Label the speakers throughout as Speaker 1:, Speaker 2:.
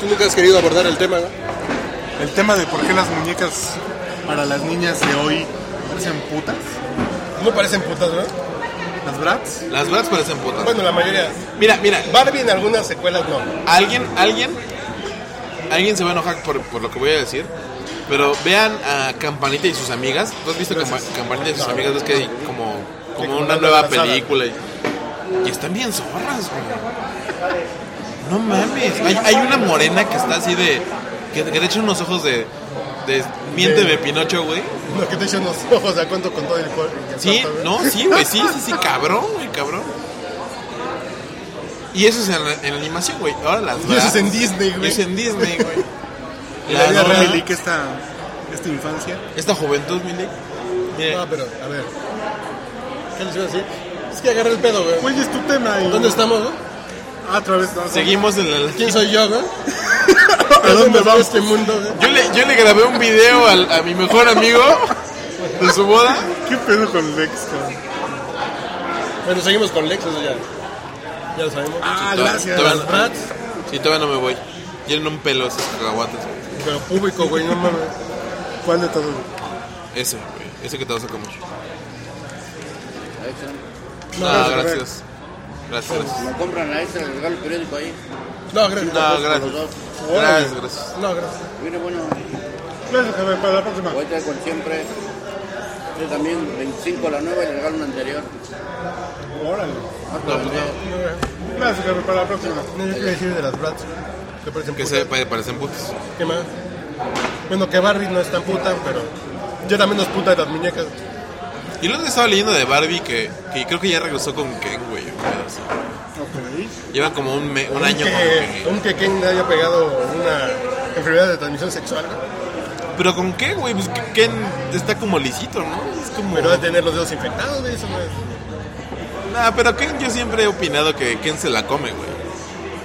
Speaker 1: Tú nunca has querido abordar el tema, ¿no?
Speaker 2: El tema de por qué las muñecas para las niñas de hoy parecen putas.
Speaker 1: No parecen putas, ¿verdad?
Speaker 2: Las brats.
Speaker 3: Las Bratz parecen putas.
Speaker 1: Bueno, la mayoría.
Speaker 3: Mira, mira,
Speaker 1: Barbie en algunas secuelas no.
Speaker 3: alguien, alguien, alguien se va a enojar por, por lo que voy a decir. Pero vean a Campanita y sus amigas. ¿Tú has visto Campa- Campanita y sus amigas? Es que hay como, como una nueva
Speaker 1: lanzada.
Speaker 3: película. Y, y están bien zorras, güey. No mames. Hay, hay una morena que está así de. que, que le echa unos ojos de. de miénteme, Pinocho, güey.
Speaker 1: Lo que te echan los ojos, ¿a cuánto con todo el cuerpo?
Speaker 3: Sí, no, sí, güey, sí, sí, sí, cabrón, güey, cabrón. Y eso es en, en animación, güey. Ahora las
Speaker 1: Y eso es
Speaker 3: Bratz.
Speaker 1: en Disney, güey.
Speaker 3: Y eso es en Disney, güey.
Speaker 2: La vida
Speaker 3: Dora,
Speaker 2: real y que esta, esta infancia.
Speaker 3: Esta juventud, Mili. Mire,
Speaker 1: No, pero, a ver. Eh. ¿Qué les iba a decir? Es que agarré el pedo, güey.
Speaker 2: Güey, es tu tema. Y...
Speaker 1: ¿Dónde estamos, güey?
Speaker 2: Ah, otra vez. no,
Speaker 3: seguimos en la...
Speaker 1: ¿Quién soy yo, güey?
Speaker 2: ¿A dónde
Speaker 1: va
Speaker 2: vamos?
Speaker 1: este mundo, güey?
Speaker 3: Yo le, yo le grabé un video al- a mi mejor amigo de su boda.
Speaker 2: ¿Qué pedo con Lex, cabrón?
Speaker 1: Bueno, seguimos con Lex, eso ya. Ya lo sabemos.
Speaker 2: Ah,
Speaker 3: Sí, to-
Speaker 2: gracias.
Speaker 3: to-
Speaker 1: Las Bratz,
Speaker 3: Sí, todavía no me voy. Tienen un pelo esos cacahuates.
Speaker 1: pero público, güey, no mames.
Speaker 2: ¿Cuál de todos?
Speaker 3: Ese, güey. Ese que te vas a comer.
Speaker 1: No, gracias,
Speaker 3: No, Ah, gracias. Gracias, gracias.
Speaker 4: Lo compran a extra, le regalo el periódico ahí.
Speaker 1: No, gracias.
Speaker 2: Ah,
Speaker 3: No, gracias.
Speaker 4: Los dos.
Speaker 3: Gracias, gracias.
Speaker 1: No, gracias.
Speaker 4: Mira, bueno,
Speaker 2: Gracias, Javier, para la próxima.
Speaker 4: voy a traer con siempre. Yo también, 25 a la nueva y le regalo una anterior.
Speaker 2: Órale.
Speaker 4: Otra
Speaker 3: pues
Speaker 4: vez.
Speaker 2: Gracias, Javier, para la próxima.
Speaker 1: No, yo quería decir de las Bratz. Que parecen
Speaker 3: Que
Speaker 1: putas.
Speaker 3: se pa- parecen putos.
Speaker 1: ¿Qué más? Bueno, que Barbie no es tan puta, pero... Yo también es puta de las muñecas.
Speaker 3: Y luego estaba leyendo de Barbie que, que creo que ya regresó con Ken, güey. un pedo así.
Speaker 2: Ok.
Speaker 3: Llevan como un, me- un año
Speaker 1: que,
Speaker 3: con Ken.
Speaker 1: aunque Ken le haya pegado una enfermedad de transmisión sexual,
Speaker 3: Pero con Ken, güey, pues que- Ken está como lisito, ¿no? Es como...
Speaker 1: pero va a tener los dedos infectados, pues. güey, eso no es.
Speaker 3: Nah, pero Ken yo siempre he opinado que Ken se la come, güey.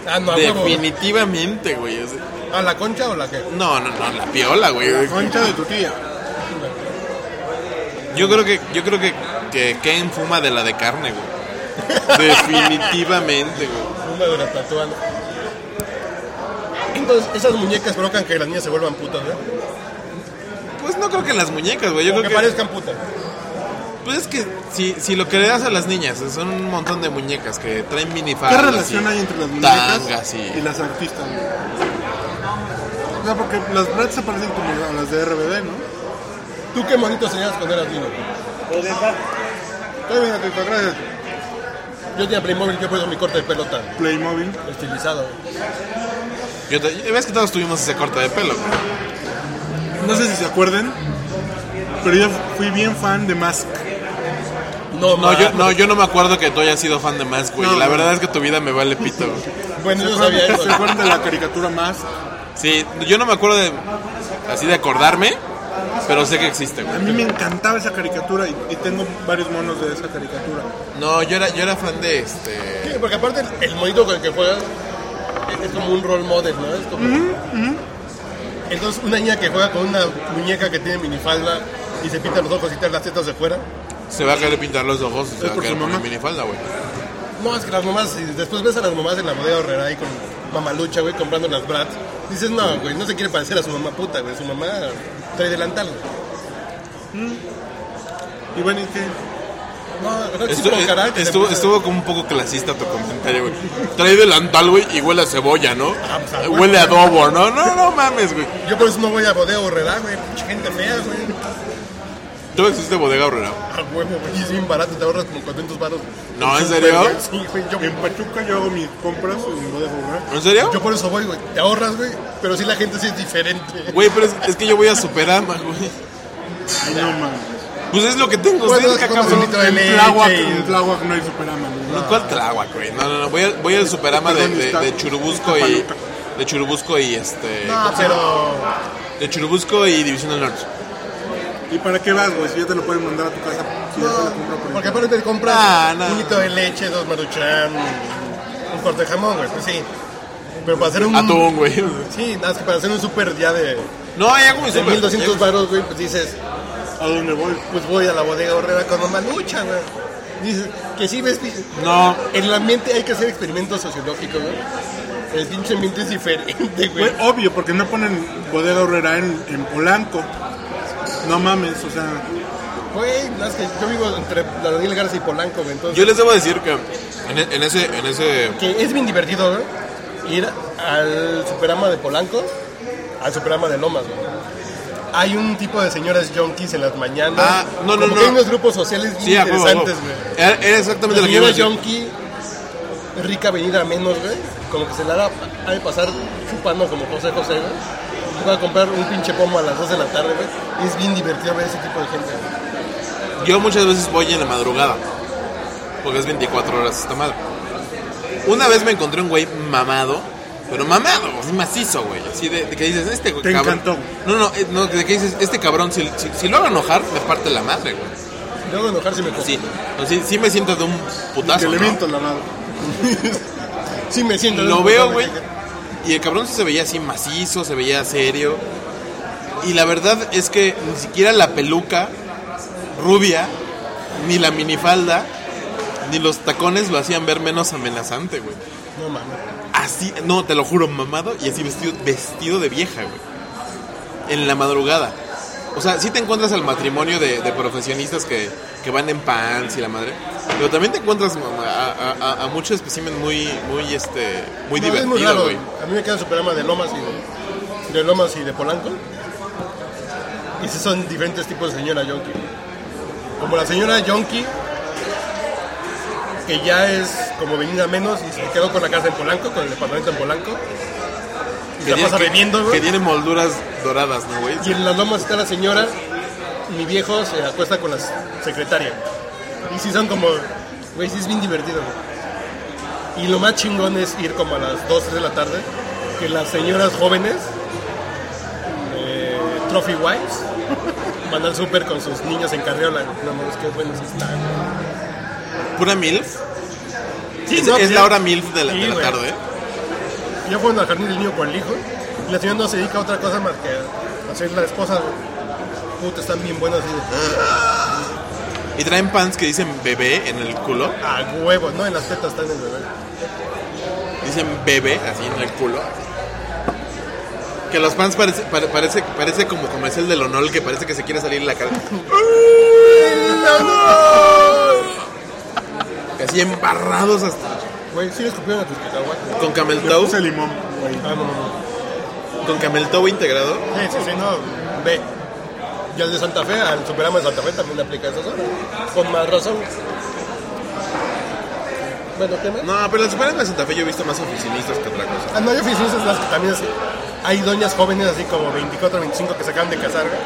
Speaker 1: Ah, no, a huevo.
Speaker 3: Definitivamente, güey. o sea,
Speaker 1: ¿A la concha o la qué?
Speaker 3: No, no, no, la piola, güey.
Speaker 2: Concha de tu tía.
Speaker 3: Yo creo que, yo creo que, que Ken fuma de la de carne, güey. Definitivamente, güey.
Speaker 1: Una de las tatuadas. Entonces, esas muñecas provocan que las niñas se vuelvan putas, ¿verdad?
Speaker 3: Pues no creo que las muñecas, güey. Yo
Speaker 1: Que,
Speaker 3: creo que.
Speaker 1: parezcan putas.
Speaker 3: Pues es que si, si lo que le das a las niñas son un montón de muñecas que traen
Speaker 2: ¿Qué
Speaker 3: minifaldas.
Speaker 2: relación
Speaker 3: y
Speaker 2: hay entre las muñecas
Speaker 3: Tangas y.
Speaker 2: y las artistas? güey? O sea, porque las Bratz se parecen como a las de RBD, ¿no?
Speaker 1: ¿Tú qué monito enseñabas cuando eras niño?
Speaker 2: Está bien, Atito, gracias.
Speaker 1: Yo tenía Playmobil, yo puse mi corte de pelota,
Speaker 2: Playmobil.
Speaker 1: estilizado.
Speaker 3: Yo te- Ves que todos tuvimos ese corte de pelo, güey.
Speaker 2: No sé si se acuerden, pero yo fui bien fan de Mask.
Speaker 1: No,
Speaker 3: No,
Speaker 1: ma-
Speaker 3: yo no, yo no me acuerdo que tú hayas sido fan de más, güey.
Speaker 2: ah, No,
Speaker 3: la
Speaker 2: no.
Speaker 3: verdad es que tu vida me vale pito, güey.
Speaker 1: Bueno, yo no
Speaker 2: ¿Se
Speaker 1: sabía
Speaker 2: acuerdan-
Speaker 1: eso.
Speaker 2: ¿Se acuerdan de la caricatura Mask?
Speaker 3: Sí, yo no me acuerdo de. Así de acordarme, pero sé que existe, güey.
Speaker 2: A mí me encantaba esa caricatura y, y tengo varios monos de esa caricatura.
Speaker 3: No, yo era, yo era fan de este.
Speaker 1: Sí, porque aparte el, el monito con el que juegas es, es como un role model, ¿no? Es como... Entonces, una niña que juega con una muñeca que tiene minifalda y se pinta los ojos y trae las tetas de fuera.
Speaker 3: Se va a querer pintar los ojos y se va a
Speaker 2: por
Speaker 3: querer
Speaker 2: su
Speaker 3: poner
Speaker 2: mamá.
Speaker 3: minifalda, güey.
Speaker 1: No, es que las mamás, y después ves a las mamás en la bodega horrera ahí con mamalucha, güey, comprando las brats. Dices, no, güey, no se quiere parecer a su mamá puta, güey, su mamá trae delantal.
Speaker 2: Y bueno, ¿y qué?
Speaker 1: No, la verdad, sí,
Speaker 3: Estu-
Speaker 1: como
Speaker 3: eh,
Speaker 1: carácter,
Speaker 3: estuvo,
Speaker 1: empieza-
Speaker 2: pues,
Speaker 3: estuvo como un poco clasista tu comentario, güey. Trae delantal, güey, y huele a cebolla, ¿no?
Speaker 1: Ah, pues,
Speaker 3: Eh,
Speaker 1: a huevo.
Speaker 3: Huele a adobo, ¿no? No, no mames, güey.
Speaker 1: Yo por eso no voy a bodega horrera, güey, pinche gente fea, güey.
Speaker 3: ¿Tú existe bodega horrera?
Speaker 1: A huevo, güey, es bien barato, te ahorras como 400 baros.
Speaker 3: No, ¿en serio?
Speaker 1: Sí, güey, yo
Speaker 2: En Pachuca yo hago mis compras en Bodega Horrera.
Speaker 3: ¿En serio?
Speaker 1: Yo por eso voy, güey. Te ahorras, güey. Pero sí la gente sí es diferente.
Speaker 3: Güey, pero es, es que yo voy a Superama, güey.
Speaker 2: Ay, no mames.
Speaker 3: Pues es lo que tengo
Speaker 1: Bueno,
Speaker 3: cerca,
Speaker 1: ¿cómo se
Speaker 3: cabrón.
Speaker 1: invita? de leche
Speaker 2: En Tláhuac,
Speaker 1: y-
Speaker 2: en Tláhuac no hay Superama.
Speaker 3: No, ¿Cuál Tláhuac, güey? No, no, no. Voy, a- voy al Superama de, de, de Churubusco y... De Churubusco y este...
Speaker 1: No, pero.
Speaker 3: De Churubusco y División del Norte.
Speaker 2: ¿Y para qué vas, güey? Si ya te lo pueden mandar a tu casa. Si ya te lo compro por
Speaker 1: Porque aparte te compras
Speaker 3: Ah, no.
Speaker 1: un litro de leche, dos maruchan, un corte de jamón, güey. Pues sí. Pero para hacer un.
Speaker 3: Atún, güey.
Speaker 1: Sí, nada, es que para hacer un super ya de,
Speaker 3: No, hay algo muy
Speaker 1: de
Speaker 3: super.
Speaker 1: 1200 baros, güey, pues dices,
Speaker 2: ¿A dónde voy?
Speaker 1: pues voy a la bodega horrera con mamalucha, güey. Dices, que sí ves.
Speaker 3: No,
Speaker 1: En el ambiente hay que hacer experimentos sociológicos, güey. El pinche ambiente es diferente, güey.
Speaker 2: Güey, obvio, porque no ponen bodega horrera en, en Polanco. No mames, o sea,
Speaker 1: Güey, no, es que yo vivo entre la Daniel Garza y Polanco, güey. Entonces,
Speaker 3: Yo les debo decir que en, e- en ese, en ese
Speaker 1: que es bien divertido, güey, ir al Superama de Polanco, al Superama de Lomas, güey. Hay un tipo de señoras junkies en las mañanas.
Speaker 3: Ah, no, no,
Speaker 1: Como
Speaker 3: no.
Speaker 1: que Hay unos grupos sociales bien
Speaker 3: Sí, a huevo, a huevo.
Speaker 1: interesantes, güey.
Speaker 3: Era, era
Speaker 1: La
Speaker 3: exactamente lo que yo iba a
Speaker 1: señora
Speaker 3: decir.
Speaker 1: Yonki, rica venida menos, güey. Como que se la da a de pasar chupando como José José, güey. Va a comprar un pinche pomo a las 2 de la tarde, güey. Y es bien divertido ver ese tipo de gente. güey.
Speaker 3: Yo muchas veces voy en la madrugada. Porque es 24 horas esta madre. Una vez me encontré un güey mamado. Pero mamado, así macizo, güey. Así de, de que dices, este güey.
Speaker 2: Te
Speaker 3: cabrón-
Speaker 2: encantó.
Speaker 3: No, no, eh, no, de que dices, este cabrón, si, si, si lo hago enojar, me parte la madre, güey.
Speaker 1: Luego de enojarse me
Speaker 3: Así, así, sí me siento de un putazo.
Speaker 2: que le
Speaker 3: ¿no?
Speaker 2: miento la madre.
Speaker 1: Sí, me siento.
Speaker 3: Lo veo, güey. Y el cabrón sí se veía así macizo, se veía serio. Y la verdad es que ni siquiera la peluca rubia, ni la minifalda, ni los tacones lo hacían ver menos amenazante, güey.
Speaker 1: No mames.
Speaker 3: Así, no, te lo juro, mamado y así vestido, vestido de vieja, güey. En la madrugada. O sea, sí te encuentras al matrimonio de, de profesionistas que, que van en pants y la madre. Pero también te encuentras a, a- a- a mucho espécimen muy, muy, este, muy
Speaker 1: No, es muy
Speaker 3: divertido,
Speaker 1: raro.
Speaker 3: güey.
Speaker 1: A mí me queda el Superama de Lomas y de, de Lomas y de Polanco. Y sí son diferentes tipos de señora Yonki. Como la señora Yonki, que ya es como venida menos y se quedó con la casa en Polanco, con el departamento en Polanco. Y se la
Speaker 3: tiene-
Speaker 1: pasa bebiendo,
Speaker 3: que
Speaker 1: güey.
Speaker 3: tiene molduras doradas, ¿no, güey?
Speaker 1: Y en las lomas está la señora, mi viejo se acuesta con la secretaria. Y sí son como, güey, sí es bien divertido. güey. Y lo más chingón es ir como a las 2, 3 de la tarde, que las señoras jóvenes, eh, trophy wives, van al súper con sus niños en carriola. No mames, qué buenos están. güey.
Speaker 3: ¿Pura MILF? es,
Speaker 1: no,
Speaker 3: es
Speaker 1: sí.
Speaker 3: la hora MILF de la,
Speaker 1: Sí,
Speaker 3: de la
Speaker 1: güey.
Speaker 3: tarde, ¿eh?
Speaker 1: Yo fui al jardín del niño con el hijo, y la señora no se dedica a otra cosa más que a ser la esposa. güey. Puta, están bien buenas. así de-
Speaker 3: Y traen pants que dicen bebé en el culo.
Speaker 1: "Ah, A huevo, no en las tetas están en el bebé.
Speaker 3: Dicen bebé así en el culo. Que los pants parece, pare- parece, parece como comercial del Lonol que parece que se quiere salir la cara. Así embarrados hasta.
Speaker 1: Güey, sí le escupieron a tus cacahuates.
Speaker 3: Con camel
Speaker 2: Le puse
Speaker 3: toe,
Speaker 2: limón.
Speaker 1: Ah, no, no.
Speaker 3: con camel toe integrado.
Speaker 1: Sí, sí, sí, no. Ve. Y al de Santa Fe, al Superama de Santa Fe también le aplica esas horas. Con más razón. Bueno, ¿qué más?
Speaker 3: No, pero las superan de Santa Fe yo he visto más oficinistas que otra cosa.
Speaker 1: Ah, no, hay oficinas en las que también es- hay doñas jóvenes así como 24, 25 que se acaban de casar güey,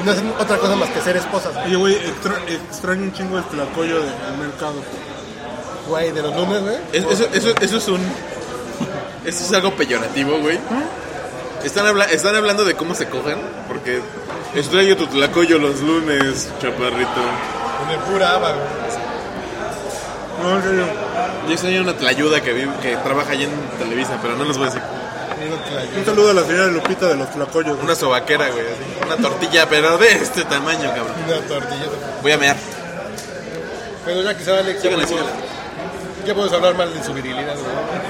Speaker 1: y no hacen otra cosa más que ser esposas.
Speaker 2: Oye, güey, extra- extraño un chingo el tlacoyo de- del mercado.
Speaker 1: Güey, de los lunes, güey.
Speaker 3: Es- eso, eso- eso es un. Eso es algo peyorativo, güey. Están, habla- están hablando de cómo se cogen, porque extraño tu tlacoyo los lunes, chaparrito.
Speaker 1: Con el pura aba, güey.
Speaker 2: No, en serio.
Speaker 3: Yo extraño una tlayuda que, vive- que trabaja allá en Televisa, pero no les voy a decir.
Speaker 2: Un saludo a la señora Lupita de los tlacoyos. güey.
Speaker 3: Una sobaquera, güey. así. Una tortilla, pero de este tamaño, cabrón.
Speaker 1: Una tortillita.
Speaker 3: Voy a mear.
Speaker 1: Pero ya que se va Alex, ya
Speaker 3: Síganle,
Speaker 1: podemos-
Speaker 3: síganle.
Speaker 1: ya podemos hablar mal de su virilidad, güey.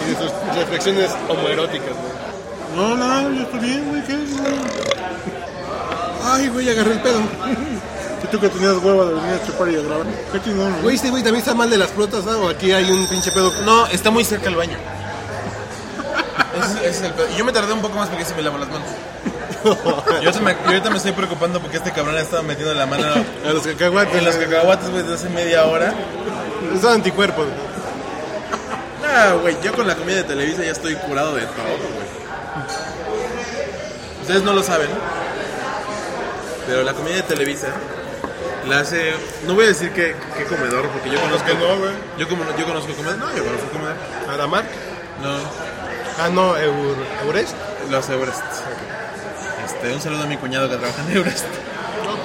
Speaker 1: Y de sus reflexiones homoeróticas, güey.
Speaker 2: No, no, yo estoy bien, güey, ¿qué? No.
Speaker 1: Ay, güey, agarré el pedo.
Speaker 2: ¿Y tú que tenías hueva de venir a chupar y a grabar? Qué chingón, güey.
Speaker 1: Güey, este güey también está mal de las flotas, ¿no? O aquí hay un pinche pedo.
Speaker 3: No, está muy cerca el baño. Ese- ese es el pedo. Y yo me tardé un poco más porque se me lavo las manos.
Speaker 5: Yo ahorita, me, yo ahorita me estoy preocupando porque este cabrón estaba metiendo la mano
Speaker 1: A los cacahuates.
Speaker 5: en los cacahuates güey, desde hace media hora.
Speaker 1: Son anticuerpos.
Speaker 3: Ah, güey, yo con la comida de Televisa ya estoy curado de todo, güey. Ustedes no lo saben, pero la comida de Televisa la hace. No voy a decir que, que comedor, porque yo conozco.
Speaker 1: no, güey.
Speaker 3: Yo, como, yo conozco comedor. No, yo conozco comedor.
Speaker 1: Aramar.
Speaker 3: No,
Speaker 1: Ah, no, Eur, Eurest.
Speaker 5: Los Everest. Este, un saludo a mi cuñado que trabaja en Everest.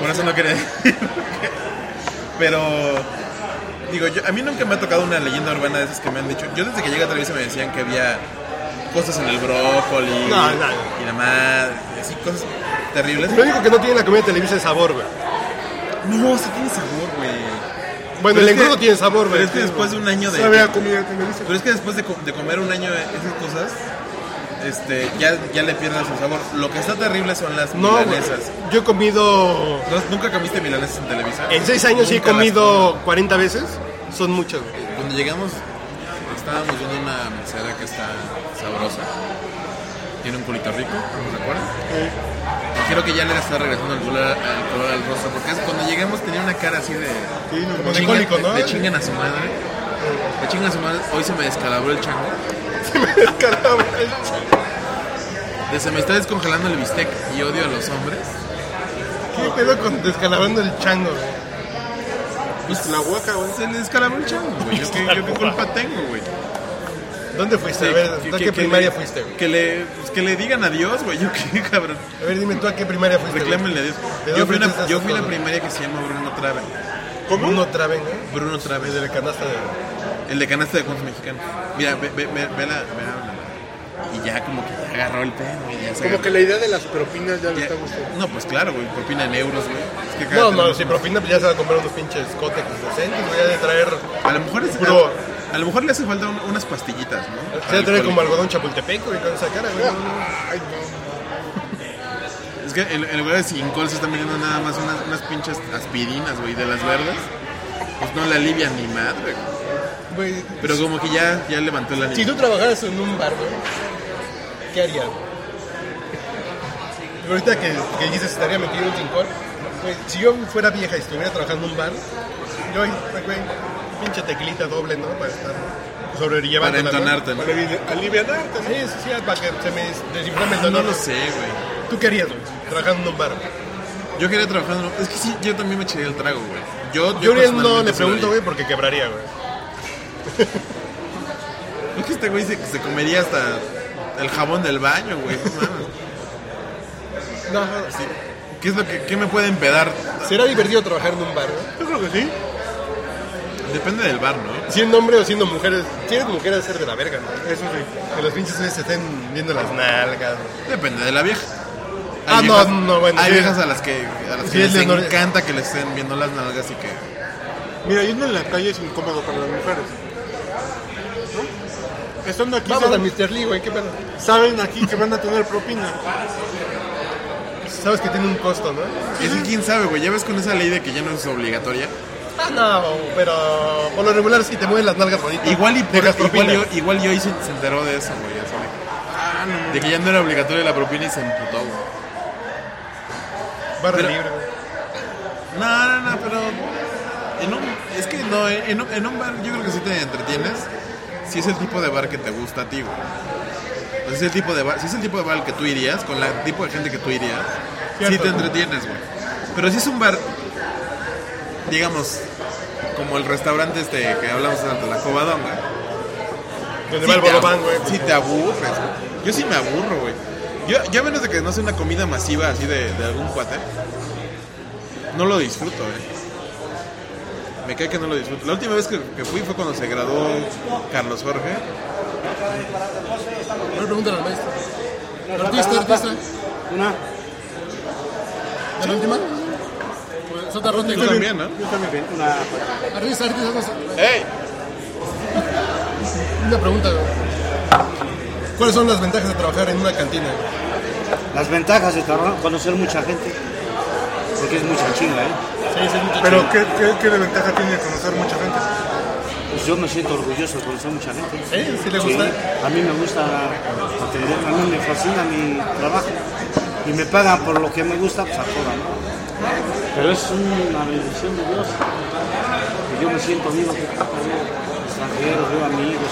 Speaker 5: Por eso no quería decir. Pero, digo, yo, a mí nunca me ha tocado una leyenda urbana de esas que me han dicho. Yo desde que llegué a Televisa me decían que había cosas en el brócoli
Speaker 1: No, no.
Speaker 5: y la madre, y así cosas terribles.
Speaker 1: Lo único que no tiene la comida de Televisa es sabor, güey.
Speaker 5: No, sí tiene sabor, güey.
Speaker 1: Bueno, el
Speaker 3: Pero es que-
Speaker 1: engrudo tiene sabor,
Speaker 3: Pero
Speaker 1: güey.
Speaker 3: es que después de un año de.
Speaker 2: Sabe a comida tenderiza.
Speaker 3: Pero es que después de, co- de comer un año esas cosas, este, ya, ya le pierden su sabor. Lo que está terrible son las
Speaker 1: No, güey.
Speaker 3: milanesas.
Speaker 1: Yo he comido.
Speaker 3: ¿No- ¿Nunca comiste milanesas en Televisa?
Speaker 1: En seis años sí he
Speaker 3: Nunca las
Speaker 1: comido 40 veces. Son muchas, güey.
Speaker 3: Cuando llegamos, estábamos viendo una mesera que está sabrosa. Tiene un culito rico, ¿no se acuerdan? Creo que ya le está regresando el color, al color al rosa, porque es- cuando lleguemos tenía una cara así de.
Speaker 1: como de
Speaker 3: chinga-
Speaker 1: cólico, ¿no?
Speaker 3: de- de chingan a su madre. De chingan a su madre. Hoy se me descalabró el chango.
Speaker 1: Caramba.
Speaker 3: De se me está descongelando el bistec y odio a los hombres.
Speaker 1: ¿Qué pedo con descalabrando el chango, güey?
Speaker 3: Pues la huaca, güey. Se le descalabró el chango, güey. Yo qué, yo qué culpa tengo, güey.
Speaker 1: ¿Dónde fuiste? A ver, ¿tú a qué primaria fuiste, güey?
Speaker 3: Que le, pues, que le digan adiós, güey. Yo qué cabrón.
Speaker 1: A ver, dime tú a qué primaria fuiste. güey?
Speaker 3: Reclámenle a Dios.
Speaker 1: ¿De dónde
Speaker 3: Yo fui, una,
Speaker 1: fuiste
Speaker 3: yo
Speaker 1: esas
Speaker 3: fui la
Speaker 1: cosas?
Speaker 3: primaria que se llama Bruno Trave.
Speaker 1: ¿Cómo? Uno traven, güey.
Speaker 3: Bruno Trave,
Speaker 1: Desde la canasta de.
Speaker 3: el de canasta de Juegos Mexicanos. Mira, ve, ve, ve, ve la, ve la- Y ya como que ya agarró el pedo, güey. Ya se
Speaker 2: Como
Speaker 3: agarró.
Speaker 2: que la idea de las propinas ya le
Speaker 3: Ya-
Speaker 2: está gustando.
Speaker 3: No, pues claro, güey. Propina en euros, güey. Es que cada
Speaker 1: No, no,
Speaker 3: tenemos-
Speaker 1: si propina, pues ya se va a comprar unos pinches cótex decentes, güey. Ya de traer.
Speaker 3: A lo mejor es.
Speaker 1: Puro-
Speaker 3: A, a lo mejor le hace falta un- unas pastillitas, ¿no?
Speaker 1: Se va a traer
Speaker 3: Alcohólicas.
Speaker 1: como algodón chapultepec, güey, con esa cara, güey.
Speaker 2: Ay, no.
Speaker 3: Es que en, en lugar de cincol se están vendiendo nada más unas, unas pinches aspirinas, güey, de las verdes. Pues no la alivian ni madre, güey.
Speaker 1: Güey,
Speaker 3: Pero como que ya, ya levantó la
Speaker 1: Si
Speaker 3: niña.
Speaker 1: tú trabajaras en un bar, güey, ¿qué harías? Y Ahorita que, que dices estaría metido en un rincón, güey, si yo fuera vieja y estuviera trabajando en un bar, yo, güey, pinche teclita doble, ¿no? Para estar sobrellevando.
Speaker 3: Para entonarte, ¿no?
Speaker 1: Para alivi- alivianarte, sí, sí, sí, para que se me desinflame el
Speaker 3: No
Speaker 1: dolor.
Speaker 3: lo sé, güey.
Speaker 1: ¿Tú qué harías, güey, trabajando en un bar?
Speaker 3: Yo quería trabajar en un- Es que sí, yo también me echaría el trago, güey. Yo,
Speaker 1: Yo ahorita no
Speaker 3: personalmente
Speaker 1: le
Speaker 3: sí lo
Speaker 1: pregunto,
Speaker 3: haría.
Speaker 1: güey, porque quebraría, güey.
Speaker 3: Es que este güey se, se comería hasta el jabón del baño, güey. No mames.
Speaker 1: No,
Speaker 3: Sí. ¿Qué es lo que qué me puede empedar?
Speaker 1: será divertido trabajar en un bar, güey.
Speaker 3: Yo creo que sí. Depende del bar, ¿no?
Speaker 1: Siendo hombre o siendo mujer, si eres mujer, es ser de la verga, ¿no?
Speaker 2: Eso sí.
Speaker 1: Que los pinches güeyes se estén viendo las nalgas.
Speaker 3: Depende de la vieja.
Speaker 1: Ah, no,
Speaker 3: viejas-
Speaker 1: no, bueno,
Speaker 3: Hay
Speaker 1: sí.
Speaker 3: viejas a las que, a las que
Speaker 1: Sí,
Speaker 3: les
Speaker 1: es de honor.
Speaker 3: encanta que les estén viendo las nalgas y que.
Speaker 2: Mira, yendo en la calle es incómodo para las mujeres. ¿No? Estando aquí,
Speaker 1: Vamos a
Speaker 2: saben,
Speaker 1: Mr. Lee, güey, qué pedo.
Speaker 2: saben aquí que van a tener propina.
Speaker 1: Sabes que tiene un costo, ¿no?
Speaker 3: Es que quién sabe, güey. Ya ves con esa ley de que ya no es obligatoria.
Speaker 1: Ah, no, pero por lo regular si te mueven las nalgas bonito.
Speaker 3: Igual y,
Speaker 1: Dejas
Speaker 3: igual,
Speaker 1: propina.
Speaker 3: y- igual y hoy se, se enteró de eso, güey. así de que-
Speaker 2: Ah,
Speaker 3: De que ya no era obligatoria la propina y se emputó, güey.
Speaker 1: Barra
Speaker 3: pero-
Speaker 1: libre, güey.
Speaker 3: No, no, no, pero. En un, es que no, eh, en un, en un bar yo creo que sí te entretienes. Si es el tipo de bar que te gusta a ti, güey. O sea, es el tipo de bar, si es el tipo de bar al que tú irías, con el tipo de gente que tú irías, sí
Speaker 1: Cierto.
Speaker 3: te entretienes, güey. Pero si es un bar, digamos, como el restaurante este que hablamos antes, la Covadonga.
Speaker 1: Donde
Speaker 3: Sí
Speaker 1: va el
Speaker 3: te
Speaker 1: bolobán,
Speaker 3: abu-
Speaker 1: güey.
Speaker 3: Sí te aburres, güey. Yo sí me aburro, güey. Yo, ya a menos de que no sea una comida masiva así de, de algún cuate, no lo disfruto, güey. Me cae que no lo disfruto. La última vez que, que fui fue cuando se graduó Carlos Jorge.
Speaker 1: Pero pregúntale al maestro. Artista, artista.
Speaker 6: Una.
Speaker 1: ¿De la última? Sota Ronda
Speaker 3: Tú también, ¿no?
Speaker 6: Yo también bien. Una.
Speaker 1: Artista, artista.
Speaker 3: ¡Ey!
Speaker 1: Una pregunta, güey. ¿Cuáles son las ventajas de trabajar en una cantina? güey?
Speaker 7: Las ventajas de trabajar, conocer mucha gente, porque es mucha chinga, ¿eh?
Speaker 2: Pero, ¿qué, qué, qué de ventaja tiene conocer mucha gente?
Speaker 7: Pues yo me siento orgulloso de conocer mucha gente.
Speaker 1: ¿Eh? ¿Sí le
Speaker 7: Sí,
Speaker 1: gusta?
Speaker 7: a mí me gusta atender, a mí me fascina mi trabajo y me pagan por lo que me gusta, pues a toda, ¿no? Pero es una bendición de Dios. que yo me siento vivo, que veo extranjeros, veo amigos.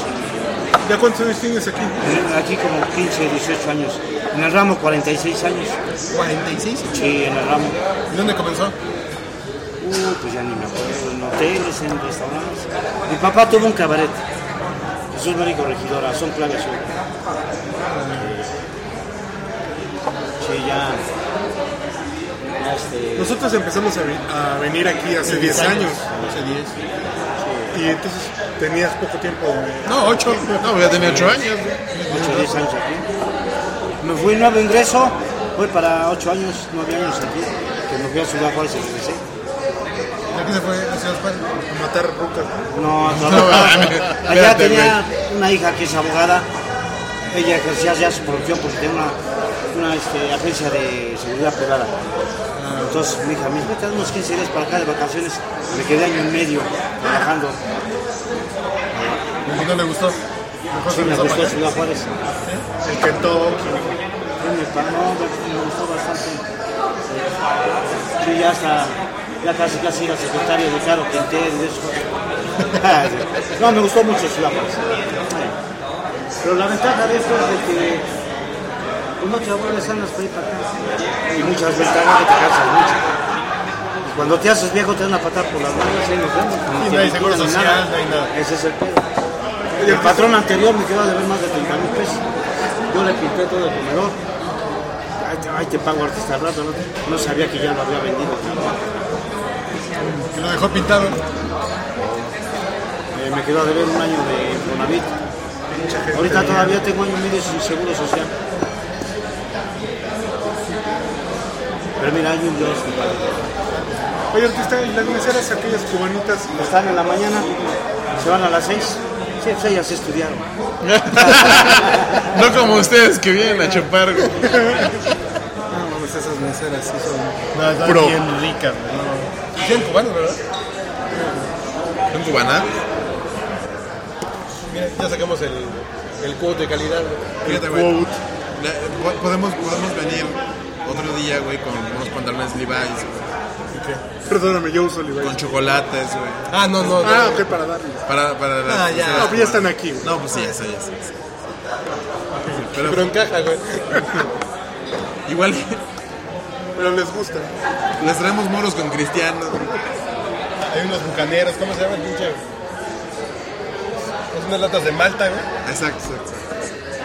Speaker 2: ¿Ya cuántos años tienes aquí?
Speaker 7: y- Aquí como 15, 18 años. En el ramo 46 años.
Speaker 1: 46.
Speaker 7: Sí, en el ramo.
Speaker 1: ¿Y dónde comenzó?
Speaker 7: Uh, pues ya ni me acuerdo, en hoteles, en restaurantes. Mi papá tuvo un cabaret. Jesús María Corregidora, son clave azul. Sí, ya. ya este,
Speaker 2: Nosotros empezamos a, vi- a venir aquí hace 10 años.
Speaker 1: Hace 10.
Speaker 2: Y entonces tenías poco tiempo de...
Speaker 1: No, 8. No, ya tenía 8 años. güey.
Speaker 7: 8 10 años aquí. Me fui nuevo ingreso, fue para 8 años, 9 años aquí, que me fui a Ciudad Juárez y regresé.
Speaker 1: ¿A ti
Speaker 8: que se fue a Ciudad Juárez a matar rucas.
Speaker 7: No, no,
Speaker 8: No,
Speaker 7: Allá
Speaker 8: espérate,
Speaker 7: tenía una hija que es abogada. Ella ejercía ya su profesión porque tenía una, una, este, agencia de seguridad privada.
Speaker 8: Ah.
Speaker 7: Entonces mi hija, me dijo, vete unos 15 días para acá de vacaciones. Me quedé año y medio trabajando.
Speaker 8: ¿Y no le gustó? Mejor
Speaker 7: Sí,
Speaker 8: se
Speaker 7: me
Speaker 8: regresó
Speaker 7: gustó
Speaker 8: para acá.
Speaker 7: Ciudad Juárez.
Speaker 8: El Kentucky.
Speaker 7: No, me me gustó bastante. Yo ya hasta, ya casi casi era secretario de Caro Quintero y de eso. No, me gustó mucho Ciudad Juárez. Pero la ventaja de esto es de que pues, no te abuelas sanas para ir para acá. Y muchas ventajas que te cansas mucho. Y cuando te haces viejo te dan a patar por las manos y nos vemos.
Speaker 8: Y
Speaker 7: Ni
Speaker 8: no hay
Speaker 7: te
Speaker 8: seguro
Speaker 7: liquidan ni
Speaker 8: social,
Speaker 7: nada.
Speaker 8: no hay nada. pues,
Speaker 7: Ese es el pedo. El patrón anterior me quedó de ver más de 30 mil pesos. Yo le pinté todo el comedor. Ay, te- Ay, te pago artista al rato, ¿no? No sabía que ya lo había vendido.
Speaker 8: Que lo dejó pintado.
Speaker 7: Eh, me quedó a deber un año de Bonavit. Ahorita todavía tengo año y medio sin seguro social. Pero mira, hay un Dios, compadre.
Speaker 8: Oye, artista, ¿y las meseras aquellas cubanitas?
Speaker 7: Están en la mañana, se van a las 6. Sí, pues ellas estudiaron.
Speaker 3: No como ustedes que vienen a chupar,
Speaker 8: No,
Speaker 3: güey.
Speaker 8: mames, esas meseras sí son...
Speaker 1: No, está
Speaker 3: Pro.
Speaker 1: bien rica, güey, no. Sí, en cubano, ¿verdad?
Speaker 3: ¿Son cubanas?
Speaker 1: Mira, ya sacamos el, el quote de calidad. güey.
Speaker 3: Fíjate, güey. La- po- podemos, podemos venir otro día, güey, con unos pantalones Levi's, güey,
Speaker 8: Perdóname, yo uso Levi's.
Speaker 3: con chocolates, güey.
Speaker 1: Ah, no, no.
Speaker 8: Ah, ok, para darles.
Speaker 3: Para, para las-
Speaker 1: Ah, ya.
Speaker 3: o sea,
Speaker 8: No, pues ya están aquí. güey.
Speaker 3: No, pues sí, eso ya sí, sí.
Speaker 1: no. Pero encaja, güey.
Speaker 3: Igual
Speaker 8: Pero les gusta.
Speaker 3: les traemos moros con cristianos.
Speaker 1: Hay unos bucaneros, ¿cómo se llama el pinche? Es unas latas de Malta, güey.
Speaker 3: Exacto, exacto.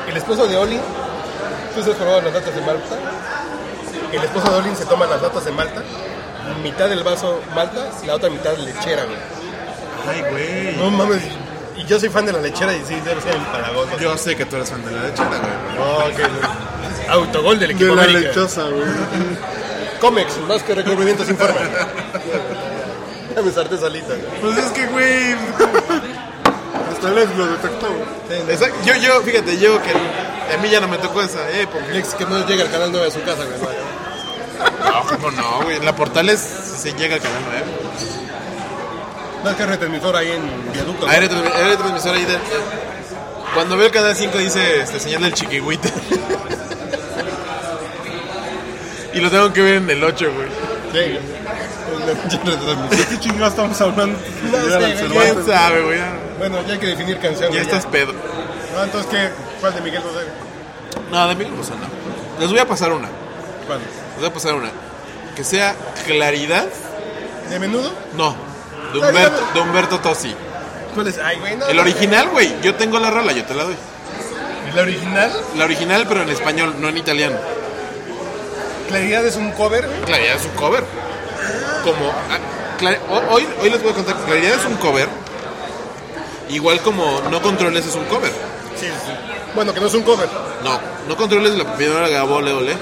Speaker 1: El esposo de Olin, tú se has probado las latas de Malta. El esposo de Olin se toma las latas de Malta, mitad del vaso Malta y la otra mitad lechera, güey.
Speaker 3: Ay, güey.
Speaker 1: No mames. Y yo soy fan de la lechera y sí, debe ser el paragón. ¿no?
Speaker 3: Yo sé que tú eres fan de la lechera, güey.
Speaker 1: No, que Autogol del equipo
Speaker 8: De la
Speaker 1: América.
Speaker 8: lechosa, güey.
Speaker 1: Comex, más que recubrimientos informa. Ya me sarté salita.
Speaker 3: Pues es que, güey.
Speaker 8: Hasta les lo detectó, güey.
Speaker 3: Exacto. Yo, yo, fíjate, yo que a mí ya no me tocó esa época.
Speaker 1: Lex que no llega al canal 9 a su casa, güey.
Speaker 3: No, ¿cómo no, güey? La Portales se llega al canal 9.
Speaker 1: No es que retransmisor ahí en viaducto. güey.
Speaker 3: Aerotransmi- Aerotransmisor ahí de... Cuando veo el canal 5 dice este, señal del chiquihuite. y lo tengo que ver en el 8, güey.
Speaker 1: Sí, güey.
Speaker 8: ¿Qué chingados estamos hablando?
Speaker 1: sé, güey.
Speaker 3: ¿Quién sabe, güey? Ya-
Speaker 1: Bueno, ya hay que definir canción. güey,
Speaker 3: Ya estás pedo.
Speaker 8: Ah, entonces, ¿qué? ¿Cuál de Miguel Bosé?
Speaker 3: No, de mí no pasa nada. Les voy a pasar una.
Speaker 8: ¿Cuál?
Speaker 3: Les voy a pasar una. Que sea Claridad.
Speaker 1: ¿De menudo?
Speaker 3: No. De Humberto, de Humberto Tosi.
Speaker 1: ¿Cuál es? Ay, güey, no.
Speaker 3: El original, güey. Yo tengo la rola, yo te la doy.
Speaker 1: ¿La original?
Speaker 3: La original, pero en español, no en italiano.
Speaker 1: Claridad es un cover. güey.
Speaker 3: Claridad es un cover. Como. ah, Cla- ho- hoy, hoy les voy a contar que Claridad es un cover. Igual como No Controles es un cover.
Speaker 1: Sí, sí. Bueno, que no es un cover.
Speaker 3: No, No Controles la primera grabó Leo Le.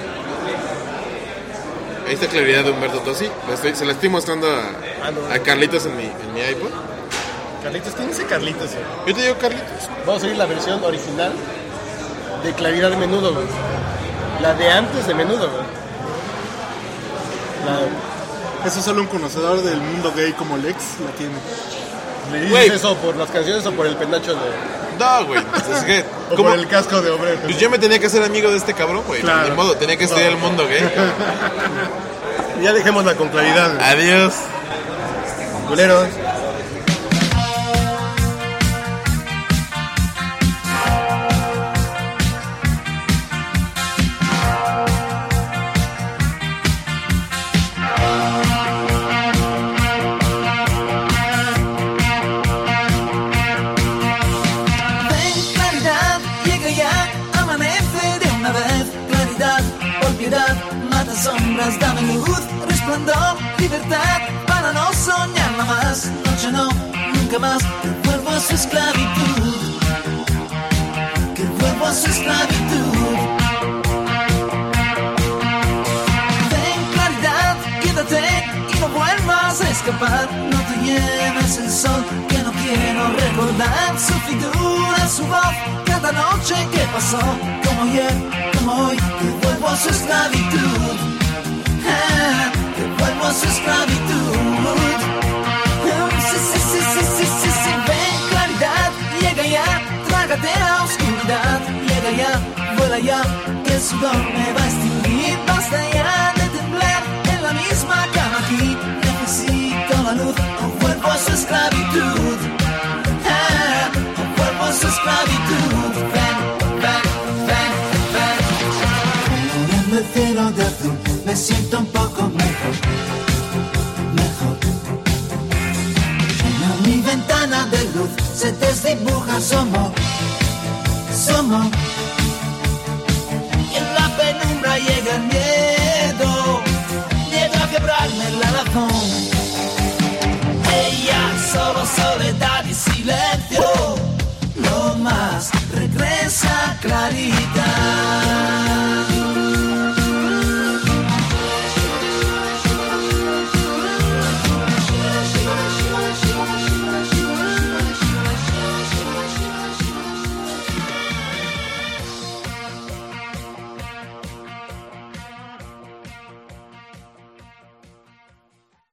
Speaker 3: Ahí está Claridad de Humberto Tosi. La estoy- se la estoy mostrando a,
Speaker 1: Ah, no.
Speaker 3: a Carlitos en mi, en mi iPod.
Speaker 1: Carlitos, ¿quién dice Carlitos? güey?
Speaker 3: Yo te digo Carlitos.
Speaker 1: Vamos a oír la versión original de Claridad de Menudo, güey. La de antes de Menudo, güey. La...
Speaker 8: Eso solo un conocedor del mundo gay como Lex la tiene.
Speaker 1: ¿Le dices
Speaker 3: Güey.
Speaker 1: eso por las canciones o por el penacho de...
Speaker 3: No, güey. pues es que.
Speaker 1: O
Speaker 3: ¿cómo?
Speaker 1: por el casco de obrero?
Speaker 3: Pues yo me tenía que hacer amigo de este cabrón, güey.
Speaker 8: Claro.
Speaker 3: Ni modo, tenía que estudiar el mundo, güey.
Speaker 1: Ya dejémosla con claridad, güey.
Speaker 3: Adiós.
Speaker 1: Culeros.
Speaker 9: Ven, claridad, llega ya, amanece de una vez. Claridad, olvidad, mata sombras, dame luz, resplandor, libertad, para no soñarla más. Noche no, nunca más, que vuelvo a su esclavitud. Que vuelvo a su esclavitud. Ven, claridad, quédate y no vuelvas a escapar. No es el sol que no quiero recordar su figura, su voz, cada noche que pasó, como ayer, como hoy, que vuelvo a su esclavitud, Ah, que vuelvo a su esclavitud. Mm, Sí, sí, sí, sí, sí, sí, sí, ven claridad, llega ya, trágate la oscuridad, llega ya, vuela ya, que el sudor me va a extinguir, é basta ya de temblar en la misma É cama é aquí, necesito la luz, o vuelvo a su esclavitud, ah, o vuelvo a su esclavitud, ven, ven, ven, ven. Con un vecino de azul me siento un poco mejor, mejor. Llena mi ventana de luz, se desdibuja su amor.